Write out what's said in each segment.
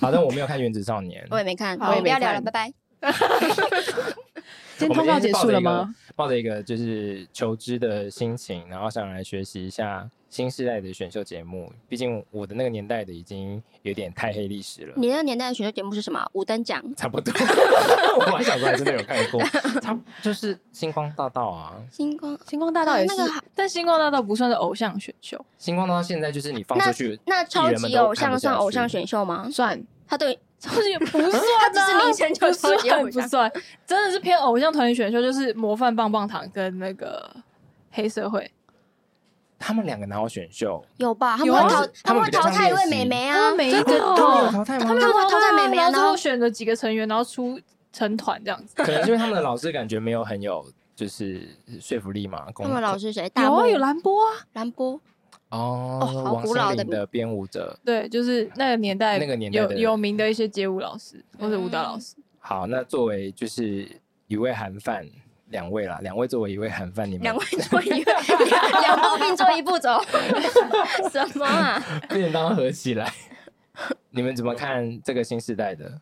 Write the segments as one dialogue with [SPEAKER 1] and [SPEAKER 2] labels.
[SPEAKER 1] 没有看《原子少年
[SPEAKER 2] 我》，也没看，
[SPEAKER 3] 好
[SPEAKER 2] 我也不要
[SPEAKER 3] 我没
[SPEAKER 2] 聊了，
[SPEAKER 3] 看
[SPEAKER 2] 拜拜。
[SPEAKER 3] 今
[SPEAKER 1] 我们
[SPEAKER 3] 天通告
[SPEAKER 1] 今
[SPEAKER 3] 结
[SPEAKER 1] 天是
[SPEAKER 3] 束
[SPEAKER 1] 抱着一
[SPEAKER 3] 了
[SPEAKER 1] 个
[SPEAKER 3] 吗？
[SPEAKER 1] 抱着一个就是求知的心情，然后想来学习一下新时代的选秀节目。毕竟我的那个年代的已经有点太黑历史了。
[SPEAKER 2] 你那个年代的选秀节目是什么？啊五等奖。
[SPEAKER 1] 差不多， 我还想说还真的有看过，差不就是星光大道啊，
[SPEAKER 2] 星光
[SPEAKER 3] 星光大道也是，
[SPEAKER 2] 啊那个好
[SPEAKER 3] 但星光大道不算是偶像选秀，
[SPEAKER 1] 星光大道现在就是你放
[SPEAKER 2] 那
[SPEAKER 1] 出去，
[SPEAKER 2] 那超
[SPEAKER 1] 艺人们
[SPEAKER 2] 级
[SPEAKER 1] 都
[SPEAKER 2] 偶
[SPEAKER 1] 看不下
[SPEAKER 2] 像算偶像
[SPEAKER 1] 去
[SPEAKER 2] 选秀吗？
[SPEAKER 3] 算
[SPEAKER 2] 他对
[SPEAKER 3] 超级不算、啊，
[SPEAKER 2] 只是名称叫
[SPEAKER 3] 不
[SPEAKER 2] 超级偶
[SPEAKER 3] 算不
[SPEAKER 2] 像
[SPEAKER 3] 算，真的是偏偶像团体选秀，就是模范棒棒糖跟那个黑社会，
[SPEAKER 1] 他们两个哪有选秀？
[SPEAKER 2] 有吧？他
[SPEAKER 3] 有
[SPEAKER 2] 们会
[SPEAKER 3] 啊
[SPEAKER 2] 淘
[SPEAKER 1] 是，他
[SPEAKER 2] 他
[SPEAKER 1] 们
[SPEAKER 2] 们会
[SPEAKER 1] 比较
[SPEAKER 2] 淘
[SPEAKER 1] 像
[SPEAKER 2] 汰一
[SPEAKER 1] 练
[SPEAKER 2] 位
[SPEAKER 1] 习
[SPEAKER 2] 美眉啊
[SPEAKER 3] 他们。每一
[SPEAKER 1] 真
[SPEAKER 3] 个
[SPEAKER 1] 的
[SPEAKER 3] 都有
[SPEAKER 1] 有淘汰
[SPEAKER 2] 他
[SPEAKER 1] 吗
[SPEAKER 2] 们？会淘汰妹妹啊
[SPEAKER 3] 然后最
[SPEAKER 2] 然后
[SPEAKER 3] 后选了几个成员，然后出成团这样子。
[SPEAKER 1] 可能是因为他们的老师感觉没有很有就是说服力嘛。
[SPEAKER 2] 他们老师谁？大
[SPEAKER 3] 有啊，
[SPEAKER 2] 漠
[SPEAKER 3] 有蓝波啊，
[SPEAKER 2] 蓝 波，
[SPEAKER 1] 哦
[SPEAKER 2] 哦好
[SPEAKER 1] 王
[SPEAKER 2] 古老
[SPEAKER 1] 心
[SPEAKER 2] 的
[SPEAKER 1] 凌的编舞者。
[SPEAKER 3] 对，就是那个年代，
[SPEAKER 1] 那个年代
[SPEAKER 3] 有
[SPEAKER 1] 的
[SPEAKER 3] 有名的一些街舞老师或者舞蹈老 师，
[SPEAKER 1] 好，那作为就是一位韩范，两位啦，两位作为一位韩范，你们
[SPEAKER 2] 两位做一位，两步并作一 步走，什么啊？
[SPEAKER 1] 便当合起来， 你们怎么看这个新时代的？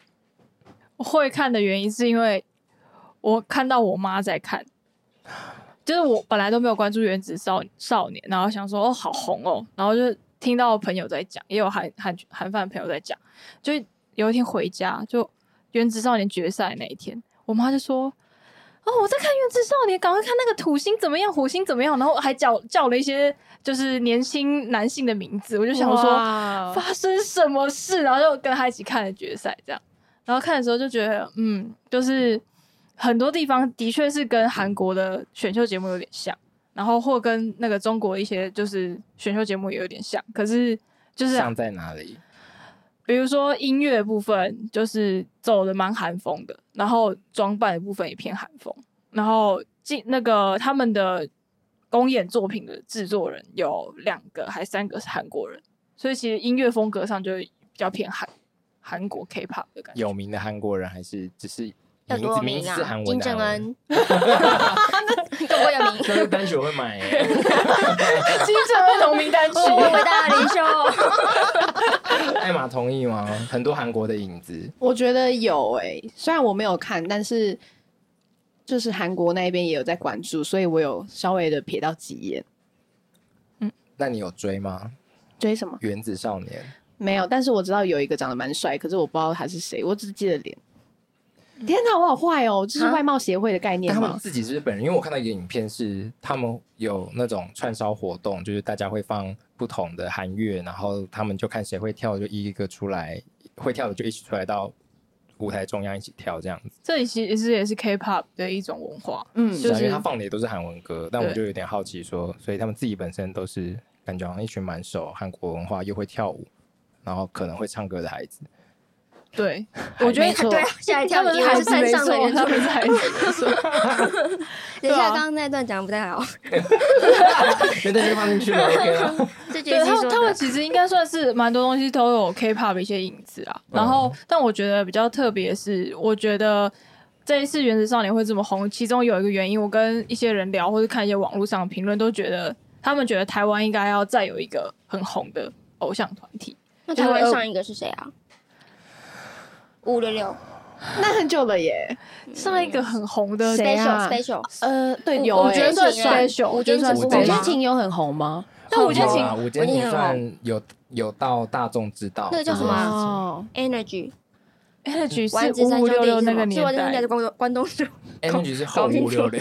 [SPEAKER 3] 我会看的原因是因为我看到我妈在看，就是我本来都没有关注《原子少少年》，然后想说哦好红哦，然后就听到朋友在讲，也有韩韩韩范朋友在讲，就有一天回家就《原子少年》决赛那一天，我妈就说。哦，我在看《原子少年》，赶快看那个土星怎么样，火星怎么样，然后还叫叫了一些就是年轻男性的名字，我就就想想说说，发生什么事，然后就跟他一起看了决赛，这样。然后看的时候就觉得，嗯，就是很多地方的确是跟韩国的选秀节目有点像，然后或跟那个中国一些就是选秀节目也有点像，可是就是
[SPEAKER 1] 像在哪里？
[SPEAKER 3] 比如说音乐部分就是走的蛮韩风的，然后装扮的部分也偏韩风，然后进那个他们的公演作品的制作人有两个还三个是韩国人，所以其实音乐风格上就会比较偏韩韩国 K-pop 的感觉。
[SPEAKER 1] 有名的韩国人还是只是
[SPEAKER 2] 要
[SPEAKER 1] 名
[SPEAKER 2] 多
[SPEAKER 1] 字
[SPEAKER 2] 有
[SPEAKER 1] 名字
[SPEAKER 2] 名
[SPEAKER 1] 是韩
[SPEAKER 2] 啊？
[SPEAKER 1] 文
[SPEAKER 2] 金
[SPEAKER 1] 的
[SPEAKER 2] 正
[SPEAKER 1] 韩文？
[SPEAKER 2] 恩， 更我有名。
[SPEAKER 1] 那是单曲我会买耶、
[SPEAKER 3] 金正恩同名单曲，
[SPEAKER 2] 我回答了林兄，
[SPEAKER 1] 艾玛同意吗？很多韩国的影子，
[SPEAKER 4] 我觉得有诶、虽然我没有看，但是就是韩国那边也有在关注，所以我有稍微的瞥到几眼。
[SPEAKER 1] 那你有追吗？
[SPEAKER 4] 追什么？
[SPEAKER 1] 原子少年，
[SPEAKER 4] 没有，但是我知道有一个长得蛮帅，可是我不知道他是谁，我只记得脸。天哪，我好坏哦！这是
[SPEAKER 2] 啊
[SPEAKER 4] 外貌协会的概念
[SPEAKER 1] 但他们
[SPEAKER 4] 吗？
[SPEAKER 1] 自己是不是本人，因为我看到一个影片是他们有那种串烧活动，就是大家会放不同的韩乐，然后他们就看谁会跳，就一个出来，会跳的就一起出来到舞台中央一起跳这样子。
[SPEAKER 3] 这里其实也是 K-pop 的一种文化，
[SPEAKER 4] 嗯，
[SPEAKER 3] 就
[SPEAKER 1] 对啊因为
[SPEAKER 3] 是
[SPEAKER 1] 他放的也都是韩文歌，但
[SPEAKER 3] 对
[SPEAKER 1] 我就有点好奇说，所以他们自己本身都是感觉好像一群蛮熟韩国文化又会跳舞，然后可能会唱歌的孩 子。
[SPEAKER 3] 对，我觉
[SPEAKER 4] 没
[SPEAKER 3] 得
[SPEAKER 4] 错
[SPEAKER 2] 对啊，吓一跳，
[SPEAKER 3] 他们
[SPEAKER 2] 以
[SPEAKER 3] 是
[SPEAKER 2] 为
[SPEAKER 3] 孩
[SPEAKER 2] 是
[SPEAKER 3] 子没
[SPEAKER 2] 山
[SPEAKER 3] 错
[SPEAKER 2] 上的人。
[SPEAKER 3] 他们是孩子没错。
[SPEAKER 2] 等一
[SPEAKER 3] 对
[SPEAKER 2] 下，
[SPEAKER 3] 啊
[SPEAKER 2] 刚刚那段讲得不太好，
[SPEAKER 1] 那那就放进去了，OK 啊 了。
[SPEAKER 2] 这句
[SPEAKER 3] 对
[SPEAKER 2] 是
[SPEAKER 3] 他
[SPEAKER 2] 说
[SPEAKER 3] 们，他们
[SPEAKER 2] 的
[SPEAKER 3] 其实应该算是蛮多东西都有 K-pop 的一些影子啊。然后，但我觉得比较特别是，我觉得这一次《原子少年》会这么红，其中有一个原因，我跟一些人聊或者看一些网络上的评论，都觉得他们觉得台湾应该要再有一个很红的偶像团体。
[SPEAKER 2] 那台湾上一个是谁啊？五六六
[SPEAKER 4] 那很久了耶。
[SPEAKER 3] 上一个很红的，
[SPEAKER 4] 谁啊
[SPEAKER 2] special special，
[SPEAKER 4] 呃，对，有、
[SPEAKER 3] 我
[SPEAKER 4] 欸。
[SPEAKER 3] 觉得算
[SPEAKER 2] 吴建琴啊
[SPEAKER 3] special，
[SPEAKER 2] 吴
[SPEAKER 3] 我觉得
[SPEAKER 2] 建
[SPEAKER 3] 算
[SPEAKER 2] 琴
[SPEAKER 4] 吴
[SPEAKER 2] 不
[SPEAKER 4] 建
[SPEAKER 2] 红吗
[SPEAKER 3] special。
[SPEAKER 4] 琴有很红红
[SPEAKER 3] 但吴建
[SPEAKER 1] 有
[SPEAKER 3] 琴
[SPEAKER 1] 啦，吴建
[SPEAKER 2] 吴建
[SPEAKER 1] 琴
[SPEAKER 2] 琴
[SPEAKER 1] 算有有到大众知道，
[SPEAKER 2] 那个叫什么
[SPEAKER 4] 吗？
[SPEAKER 2] 啊
[SPEAKER 4] 哦，
[SPEAKER 2] energy，
[SPEAKER 3] H
[SPEAKER 2] 丸
[SPEAKER 3] 是
[SPEAKER 2] 子三兄
[SPEAKER 3] 五五
[SPEAKER 2] 弟
[SPEAKER 3] 六
[SPEAKER 2] 是吗
[SPEAKER 3] 六那个
[SPEAKER 2] 是
[SPEAKER 3] 年
[SPEAKER 2] 我那年代
[SPEAKER 3] 代
[SPEAKER 2] 的，关关东煮，
[SPEAKER 1] Energy 是后五六六，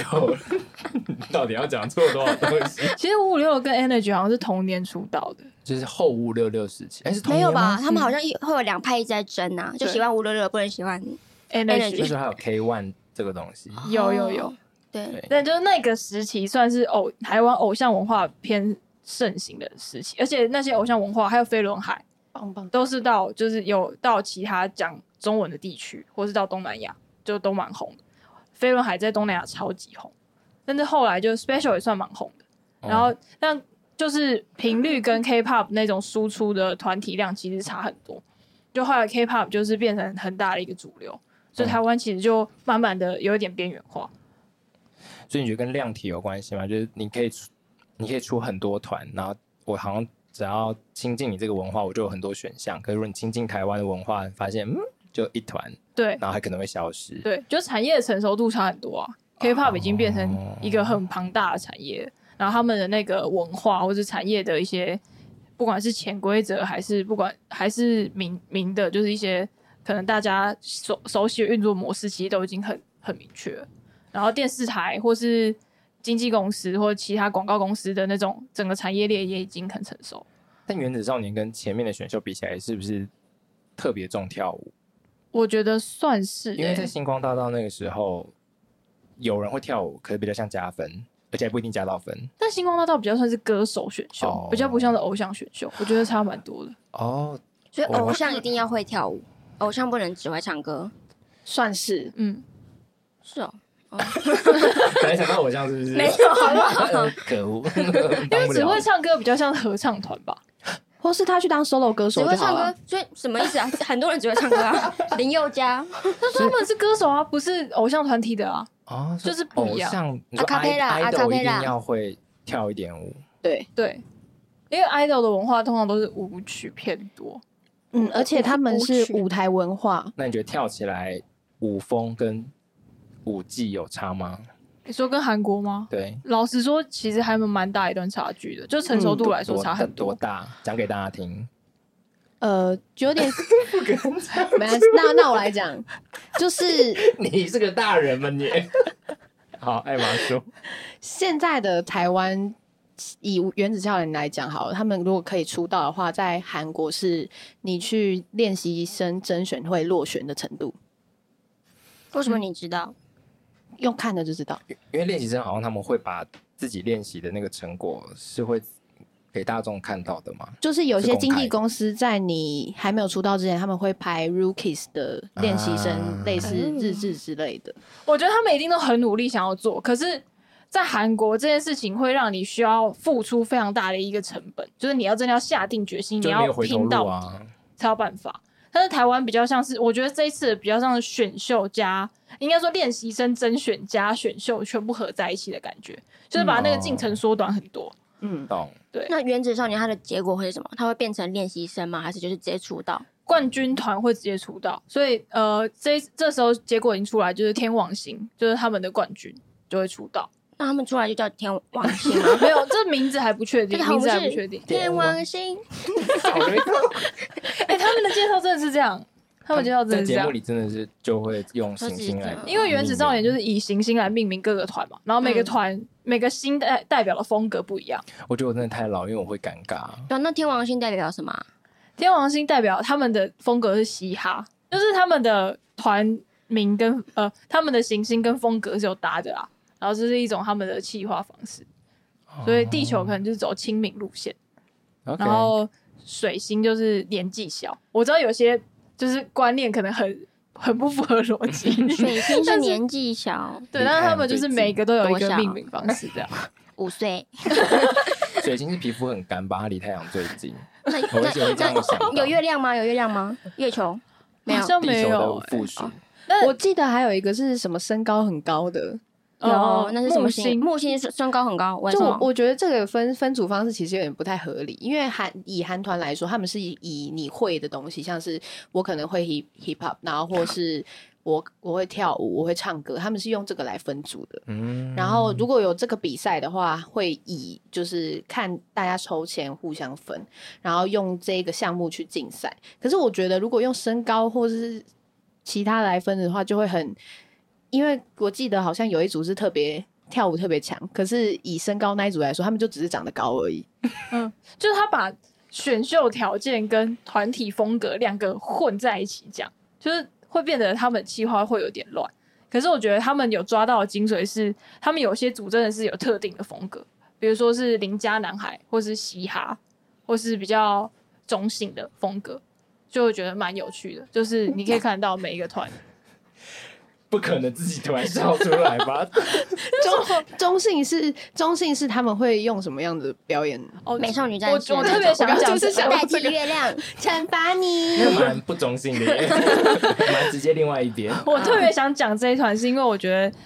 [SPEAKER 1] 到底要讲错多少东西？
[SPEAKER 3] 其实五五六六跟 Energy 好像是同年出道的。
[SPEAKER 1] 就是后五六六时期，哎、是同
[SPEAKER 2] 没
[SPEAKER 1] 年
[SPEAKER 2] 有
[SPEAKER 1] 吗
[SPEAKER 2] 吧？？他们好像一嗯会有两派一直在争啊，就
[SPEAKER 3] 对
[SPEAKER 2] 喜欢五六六，不能喜欢 Energy
[SPEAKER 1] 那时候还有 K One 这个东西，
[SPEAKER 3] 有有有，
[SPEAKER 2] 哦对，
[SPEAKER 3] 对，就是那个时期算是偶台湾偶像文化偏盛行的时期，而且那些偶像文化还有飞轮海
[SPEAKER 4] 棒棒。
[SPEAKER 3] 都是到就是有到其他讲中文的地区，或是到东南亚就都蛮红的。飞轮海在东南亚超级红，但是后来就 Special 也算蛮红的。然后
[SPEAKER 1] 哦
[SPEAKER 3] 但就是频率跟 K-pop 那种输出的团体量其实差很多，就后来 K-pop 就是变成很大的一个主流，所以台湾其实就慢慢的有一点边缘化。
[SPEAKER 1] 所以你觉得跟量体有关系吗？就是你可以出，你可以出很多团，然后我好像只要亲近你这个文化，我就有很多选项。可是如果你亲近台湾的文化，发现嗯，就一团，
[SPEAKER 3] 对
[SPEAKER 1] 然后还可能会消失。
[SPEAKER 3] 对，就产业的成熟度差很多啊。K-pop 已经变成
[SPEAKER 1] 哦
[SPEAKER 3] 一个很庞大的产业，然后他们的那个文化或者产业的一些，不管是潜规则还是不管还是明明的，就是一些可能大家熟熟悉的运作模式，其实都已经很很明确了。然后电视台或是经纪公司或其他广告公司的那种整个产业链也已经很成熟。
[SPEAKER 1] 但原子少年跟前面的选秀比起来，是不是特别重跳舞？
[SPEAKER 3] 我觉得算是、
[SPEAKER 1] 因为在
[SPEAKER 3] 欸
[SPEAKER 1] 星光大道那个时候，有人会跳舞，可是比较像加分，而且还不一定加到分。
[SPEAKER 3] 但星光大道比较算是歌手选秀，
[SPEAKER 1] 哦
[SPEAKER 3] 比较不像是偶像选秀，我觉得差蛮多的。
[SPEAKER 1] 哦，
[SPEAKER 2] 所以偶像一定要会跳舞，偶像不能只会唱歌。
[SPEAKER 4] 算是
[SPEAKER 3] 嗯，
[SPEAKER 2] 是哦，
[SPEAKER 1] 没想到我这样是不是？
[SPEAKER 2] 没有好不好？
[SPEAKER 1] 可 恶，
[SPEAKER 3] 因
[SPEAKER 1] 因
[SPEAKER 3] 为只会唱歌比较像合唱团 吧。
[SPEAKER 4] 或是他去当 solo 歌
[SPEAKER 2] 只
[SPEAKER 4] 手
[SPEAKER 2] 会
[SPEAKER 4] 就好
[SPEAKER 2] 唱
[SPEAKER 4] 了
[SPEAKER 2] 歌。，所以什么意思啊？很多人只会唱歌啊，林宥嘉、
[SPEAKER 3] 但是他们是歌手啊，不是偶像团体的啊。
[SPEAKER 1] 哦，
[SPEAKER 3] 就是不一样
[SPEAKER 1] 偶像你说
[SPEAKER 2] Acapella，
[SPEAKER 1] idol 一定
[SPEAKER 2] Acapella
[SPEAKER 1] 要会跳一点舞，
[SPEAKER 4] 对，
[SPEAKER 3] 对，因为 idol 的文化通常都是舞曲偏多。
[SPEAKER 4] 嗯，而且他们
[SPEAKER 3] 舞
[SPEAKER 4] 是
[SPEAKER 3] 曲
[SPEAKER 4] 舞台文化，
[SPEAKER 1] 那你觉得跳起来舞风跟舞技有差吗？
[SPEAKER 3] 你说跟韩国吗？
[SPEAKER 1] 对，
[SPEAKER 3] 老实说，其实还蛮蛮大一段差距的，就成熟度来说
[SPEAKER 1] 嗯多
[SPEAKER 3] 差很
[SPEAKER 1] 多大？讲给大家听。
[SPEAKER 4] 呃，有点没关系。那那我来讲，就是
[SPEAKER 1] 你是个大人吗你？ 好，艾玛说，
[SPEAKER 4] 现在的台湾，以原子少年来讲好了，他们如果可以出道的话，在韩国是你去练习生甄选会落选的程度，
[SPEAKER 2] 为什么你知道？
[SPEAKER 4] 用看的就知道。
[SPEAKER 1] 因为练习生好像他们会把自己练习的那个成果是会给大众看到的嘛。
[SPEAKER 4] 就是有些
[SPEAKER 1] 是公
[SPEAKER 4] 经
[SPEAKER 1] 开
[SPEAKER 4] 纪公司在你还没有出道之前，他们会拍 rookies 的练习
[SPEAKER 1] 啊
[SPEAKER 4] 生，类似日志之类的。
[SPEAKER 3] 我觉得他们一定都很努力想要做，可是，在韩国这件事情会让你需要付出非常大的一个成本，就是你要真的要下定决心，你
[SPEAKER 1] 就
[SPEAKER 3] 要
[SPEAKER 1] 没有回头
[SPEAKER 3] 拼
[SPEAKER 1] 路
[SPEAKER 3] 到
[SPEAKER 1] 啊！
[SPEAKER 3] 才有办法。但是台湾比较像是，我觉得这一次比较像是选秀加，应该说练习生甄选加选秀全部合在一起的感觉，就是把那个进程缩短很多。
[SPEAKER 4] 嗯，
[SPEAKER 1] 懂，
[SPEAKER 2] 那原子少年他的结果会是什么？他会变成练习生吗？还是就是直接出道？
[SPEAKER 3] 冠军团会直接出道，所以呃，这这时候结果已经出来，就是天王星，就是他们的冠军就会出道。
[SPEAKER 2] 那他们出来就叫天王星吗？
[SPEAKER 3] 没有，这名字还 不确定，
[SPEAKER 2] 这个好
[SPEAKER 3] 名字
[SPEAKER 2] 不
[SPEAKER 3] 还
[SPEAKER 2] 是
[SPEAKER 3] 不确 定。
[SPEAKER 2] 天王星，
[SPEAKER 3] 哎、他们的介绍真的是这样，他们介绍真的
[SPEAKER 1] 在
[SPEAKER 3] 是这
[SPEAKER 1] 节
[SPEAKER 3] 样
[SPEAKER 1] 目。里真的是就会用
[SPEAKER 2] 他
[SPEAKER 1] 行
[SPEAKER 2] 只是
[SPEAKER 1] 星
[SPEAKER 2] 这
[SPEAKER 1] 来
[SPEAKER 2] 样，
[SPEAKER 3] 因为原子少年就是以行星来命名各个团嘛，然后每个
[SPEAKER 2] 嗯
[SPEAKER 3] 团、每个星代代表的风格不一样。
[SPEAKER 1] 我觉得我真的太老，因为我会尴尬。
[SPEAKER 2] 对啊，那天王星代表什么啊？
[SPEAKER 3] 天王星代表他们的风格是嘻哈，就是他们的团名跟呃他们的行星跟风格是有搭的啦。啊然后这是一种他们的气化方式，所以地
[SPEAKER 1] 哦
[SPEAKER 3] 球可能就是走亲民路线，
[SPEAKER 1] o k
[SPEAKER 3] 然后水星就是年纪小。我知道有些就是观念可能很很不符合逻辑，
[SPEAKER 2] 水星是
[SPEAKER 3] 但是
[SPEAKER 2] 年纪小，
[SPEAKER 3] 对，但是他们就是每个都有一
[SPEAKER 2] 多
[SPEAKER 3] 个
[SPEAKER 2] 小
[SPEAKER 3] 命名方式这样。
[SPEAKER 2] 五岁。
[SPEAKER 1] 水星是皮肤很干吧，它离太阳最 近。
[SPEAKER 2] 那
[SPEAKER 1] 我会觉得这样想到
[SPEAKER 2] 那有月亮吗？有月亮吗？月球没有
[SPEAKER 3] 好。像没
[SPEAKER 1] 地球
[SPEAKER 3] 有、
[SPEAKER 1] 的
[SPEAKER 3] 欸
[SPEAKER 1] 附属，
[SPEAKER 4] 我记得还有一个是什么身高很高的，
[SPEAKER 3] 哦
[SPEAKER 2] 有，那是什么
[SPEAKER 3] 木
[SPEAKER 2] 星？
[SPEAKER 3] 星
[SPEAKER 2] 木星是身高很高，为什
[SPEAKER 4] 就
[SPEAKER 2] 么
[SPEAKER 4] 我？我觉得这个分分组方式其实有点不太合理，因为韩以韩团来说，他们是以以你会的东西，像是我可能会 hip hip hop，然后或是我我会跳舞，我会唱歌，他们是用这个来分组的。
[SPEAKER 1] 嗯
[SPEAKER 4] 然后如果有这个比赛的话，会以就是看大家抽签互相分，然后用这个项目去竞赛。可是我觉得，如果用身高或是其他来分的话，就会很，因为我记得好像有一组是特别跳舞特别强，可是以身高那一组来说，他们就只是长得高而已。
[SPEAKER 3] 就是他把选秀条件跟团体风格两个混在一起讲，就是会变得他们计划会有点乱。可是我觉得他们有抓到的精髓是，他们有些组真的是有特定的风格，比如说是邻家男孩，或是嘻哈，或是比较中性的风格，就会觉得蛮有趣的。就是你可以看到每一个团，
[SPEAKER 1] 不可能自己突然笑出来吧？
[SPEAKER 4] 中中性是中性是他们会用什么样的表演？
[SPEAKER 3] 哦，
[SPEAKER 2] 美少女
[SPEAKER 3] 我
[SPEAKER 2] 战士，
[SPEAKER 3] 我特别想
[SPEAKER 4] 我刚刚
[SPEAKER 3] 讲
[SPEAKER 4] 就是
[SPEAKER 3] 这
[SPEAKER 4] 想
[SPEAKER 3] 个
[SPEAKER 2] 代替月亮，
[SPEAKER 4] 惩罚你
[SPEAKER 1] 那蛮不中性的耶， 蛮直接另外一边。
[SPEAKER 3] 我特别想讲这一团，是因为我觉得，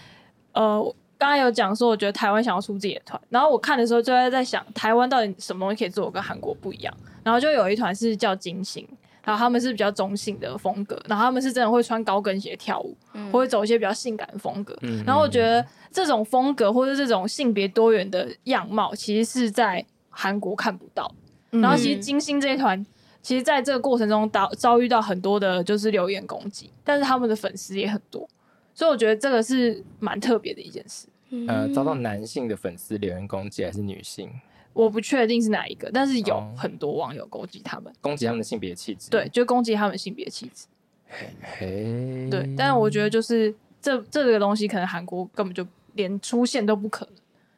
[SPEAKER 3] 呃，刚才有讲说，我觉得台湾想要出自己的团，然后我看的时候就在在想，台湾到底什么东西可以做跟韩国不一样？然后就有一团是叫金星，然后他们是比较中性的风格，然后他们是真的会穿高跟鞋跳舞，
[SPEAKER 2] 嗯
[SPEAKER 3] 或者走一些比较性感的风格。
[SPEAKER 1] 嗯
[SPEAKER 3] 然后我觉得这种风格或者这种性别多元的样貌，其实是在韩国看不到。然后其实
[SPEAKER 4] 嗯
[SPEAKER 3] 金星这一团，其实在这个过程中遭遭遇到很多的就是留言攻击，但是他们的粉丝也很多，所以我觉得这个是蛮特别的一件事。
[SPEAKER 1] 呃，遭
[SPEAKER 3] 嗯
[SPEAKER 1] 到男性的粉丝留言攻击还是女性
[SPEAKER 3] 我不确定是哪一个，但是有
[SPEAKER 1] 哦
[SPEAKER 3] 很多网友攻击他们，
[SPEAKER 1] 攻击他们的性别气质？
[SPEAKER 3] 对，，就攻击他们性别气质，
[SPEAKER 1] 嘿，
[SPEAKER 3] 对。但是我觉得就是这这个东西，可能韩国根本就连出现都不可能，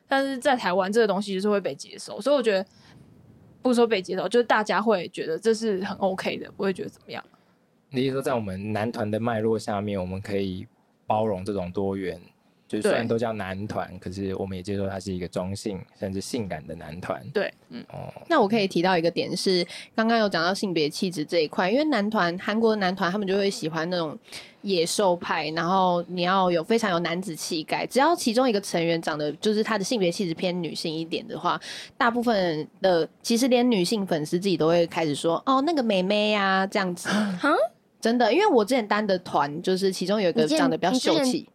[SPEAKER 3] 但是在台湾这个东西就是会被接受，所以我觉得不是说被接受，就是大家会觉得这是很 OK 的，不会觉得怎么样。
[SPEAKER 1] 你是说在我们男团的脉络下面，我们可以包容这种多元，就是虽然
[SPEAKER 3] 对
[SPEAKER 1] 都叫男团，可是我们也接受它是一个中性甚至性感的男团。
[SPEAKER 3] 对，嗯，
[SPEAKER 1] 哦，
[SPEAKER 4] 那我可以提到一个点是，刚刚有讲到性别气质这一块，因为男团韩国的男团他们就会喜欢那种野兽派，然后你要有非常有男子气概。只要其中一个成员长得就是他的性别气质偏女性一点的话，大部分的其实连女性粉丝自己都会开始说哦那个妹妹呀、这 样子。
[SPEAKER 2] 嗯
[SPEAKER 4] 真的，因为我之前单的团就是其中有一个
[SPEAKER 2] 你之前
[SPEAKER 4] 长得比较
[SPEAKER 2] 你之前
[SPEAKER 4] 秀气，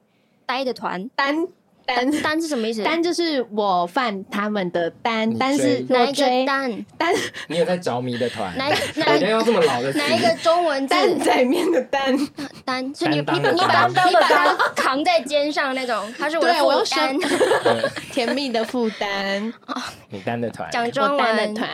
[SPEAKER 2] 呆的团
[SPEAKER 4] 单单
[SPEAKER 2] 单是什么意思？
[SPEAKER 4] 单就是我犯他们的单
[SPEAKER 1] 你，
[SPEAKER 4] 单是
[SPEAKER 2] 哪
[SPEAKER 4] 我
[SPEAKER 2] 一
[SPEAKER 4] 追
[SPEAKER 2] 个单？
[SPEAKER 4] 单
[SPEAKER 1] 你有在着迷的团？
[SPEAKER 2] 哪一
[SPEAKER 1] 我
[SPEAKER 2] 哪
[SPEAKER 1] 一定要用这么老的词
[SPEAKER 2] 哪一个中文字
[SPEAKER 4] 蛋在面的蛋，
[SPEAKER 2] 单？是你你把
[SPEAKER 1] 担
[SPEAKER 2] 你
[SPEAKER 1] 当的
[SPEAKER 2] 把
[SPEAKER 1] 担
[SPEAKER 2] 你把它扛在肩上那种，它是我的
[SPEAKER 4] 对我要
[SPEAKER 2] 负
[SPEAKER 4] 说
[SPEAKER 2] 担。
[SPEAKER 1] 对
[SPEAKER 4] 甜蜜的负 担，
[SPEAKER 1] 你呃单的团？
[SPEAKER 2] 讲中
[SPEAKER 4] 我单的
[SPEAKER 2] 文，
[SPEAKER 4] 团，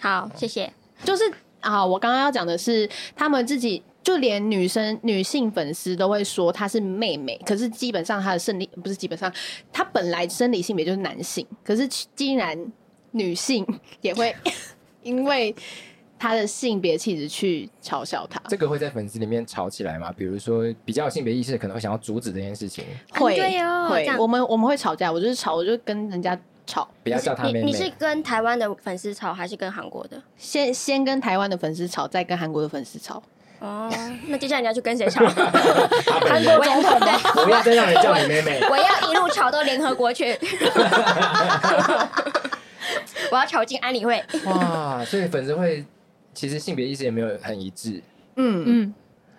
[SPEAKER 2] 好，谢谢。
[SPEAKER 4] 就是啊，我刚刚要讲的是他们自己。就连女生、女性粉丝都会说她是妹妹，可是基本上她的生理不是基本上，她本来生理性别就是男性，可是竟然女性 也会因为她的性别气质去嘲笑她，
[SPEAKER 1] 这个会在粉丝里面吵起来吗？比如说比较有性别意识，的可能会想要阻止这件事情，
[SPEAKER 4] 会、
[SPEAKER 2] 啊对哦这
[SPEAKER 4] 会，
[SPEAKER 2] 样
[SPEAKER 4] 我们我们会吵架，我就是吵，我就跟人家吵，
[SPEAKER 1] 不要叫她妹
[SPEAKER 2] 你
[SPEAKER 1] 妹。
[SPEAKER 2] 你是跟台湾的粉丝吵，还是跟韩国的？
[SPEAKER 4] 先先跟台湾的粉丝吵，再跟韩国的粉丝吵，
[SPEAKER 2] 哦，那接下来你要去跟谁吵？
[SPEAKER 1] 她本人
[SPEAKER 2] 韩国总统吗？
[SPEAKER 1] 不要再让人叫你妹 妹。
[SPEAKER 2] 我要一路吵到联合国去，我要吵进安理会。
[SPEAKER 1] 哇，所以粉丝会其实性别意识也没有很一致。
[SPEAKER 4] 嗯
[SPEAKER 3] 嗯，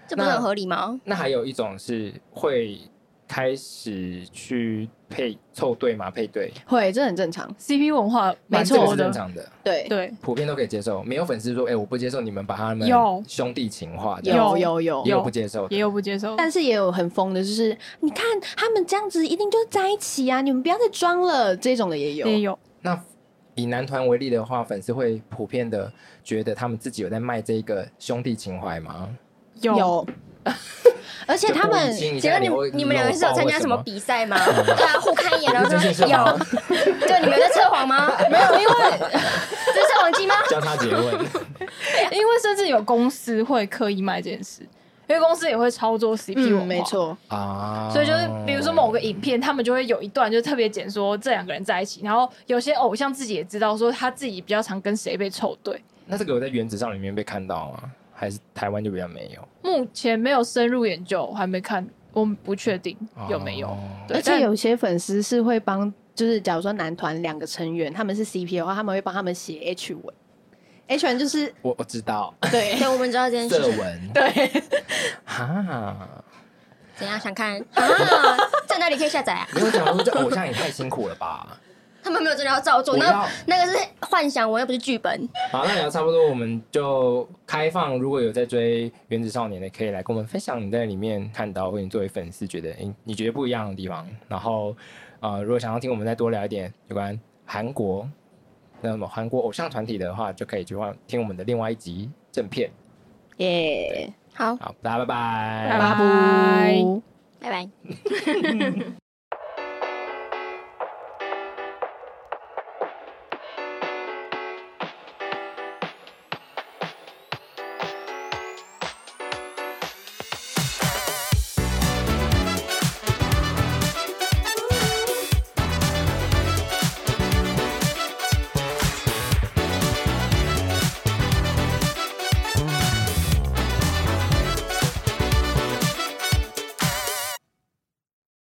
[SPEAKER 2] 这不是很合理吗？
[SPEAKER 1] 那还有一种是会开始去配凑对嘛，配对，
[SPEAKER 4] 会，这很正常。
[SPEAKER 3] CP 文化蛮
[SPEAKER 4] 没
[SPEAKER 1] 这
[SPEAKER 4] 错
[SPEAKER 1] 个
[SPEAKER 3] 多
[SPEAKER 1] 是
[SPEAKER 3] 的
[SPEAKER 1] 正，常的，
[SPEAKER 4] 对，
[SPEAKER 3] 对，
[SPEAKER 1] 普遍都可以接受。没有粉丝说，哎、我不接受你们把他们
[SPEAKER 3] 有
[SPEAKER 1] 兄弟情化这样，
[SPEAKER 4] 有
[SPEAKER 3] 有
[SPEAKER 4] 有有
[SPEAKER 1] 也有不接受的
[SPEAKER 3] 也有不接受，
[SPEAKER 4] 但是也有很疯的，就是你看他们这样子，一定就是在一起啊！你们不要再装了，这种的也有。
[SPEAKER 3] 也有
[SPEAKER 1] 那以男团为例的话，粉丝会普遍的觉得他们自己有在卖这个兄弟情怀吗？
[SPEAKER 3] 有
[SPEAKER 4] 有而且他们
[SPEAKER 1] 请
[SPEAKER 2] 请问你们你们两个是有参加什么比赛 吗？对啊，互看一眼，然后
[SPEAKER 1] 这是什
[SPEAKER 2] 说
[SPEAKER 1] 么
[SPEAKER 2] 有。对，你们有在测谎吗？没有，因为这是测谎机吗？
[SPEAKER 1] 交叉诘 问，
[SPEAKER 3] 因为甚至有公司会刻意卖这件事，因为公司也会操作 CP 文化，
[SPEAKER 4] 嗯，没。错，
[SPEAKER 1] 啊，
[SPEAKER 3] 所以就是，比如说某个影片，他们就会有一段就特别剪说这两个人在一起，然后有些偶像自己也知道说他自己比较常跟谁被凑对，
[SPEAKER 1] 那这个有在原子上里面被看到吗？还是台湾就比较没有？
[SPEAKER 3] 目前没有深入研究，我还没看，我不确定有没有。
[SPEAKER 1] 哦
[SPEAKER 3] 对
[SPEAKER 4] 而且
[SPEAKER 3] 但
[SPEAKER 4] 有些粉丝是会帮，就是假如说男团两个成员他们是 CP 的话，他们会帮他们写 H 文，H 文就是
[SPEAKER 1] 我我知道
[SPEAKER 4] 对
[SPEAKER 2] 对，我们知道这件事
[SPEAKER 1] 色
[SPEAKER 2] 情。
[SPEAKER 1] 文
[SPEAKER 4] 对，
[SPEAKER 1] 哈，
[SPEAKER 2] 怎样想看啊？在哪里可以下载啊？
[SPEAKER 1] 没有讲说这偶像也太辛苦了吧？
[SPEAKER 2] 他们没有真的要照做，
[SPEAKER 1] 我
[SPEAKER 2] 那
[SPEAKER 1] 要
[SPEAKER 2] 那个是幻想文，又不是剧本。
[SPEAKER 1] 好，那聊差不多，我们就开放。如果有在追《原子少年》的，可以来跟我们分享你在里面看到，或者你作为粉丝觉得，诶你觉得不一样的地方。然后，呃，如果想要听我们再多聊一点有关韩国，那么韩国偶像团体的话，就可以去换听我们的另外一集正片。
[SPEAKER 4] 耶，
[SPEAKER 2] 好，
[SPEAKER 1] 好，大家拜拜
[SPEAKER 3] 拜拜
[SPEAKER 4] 布
[SPEAKER 2] 拜拜。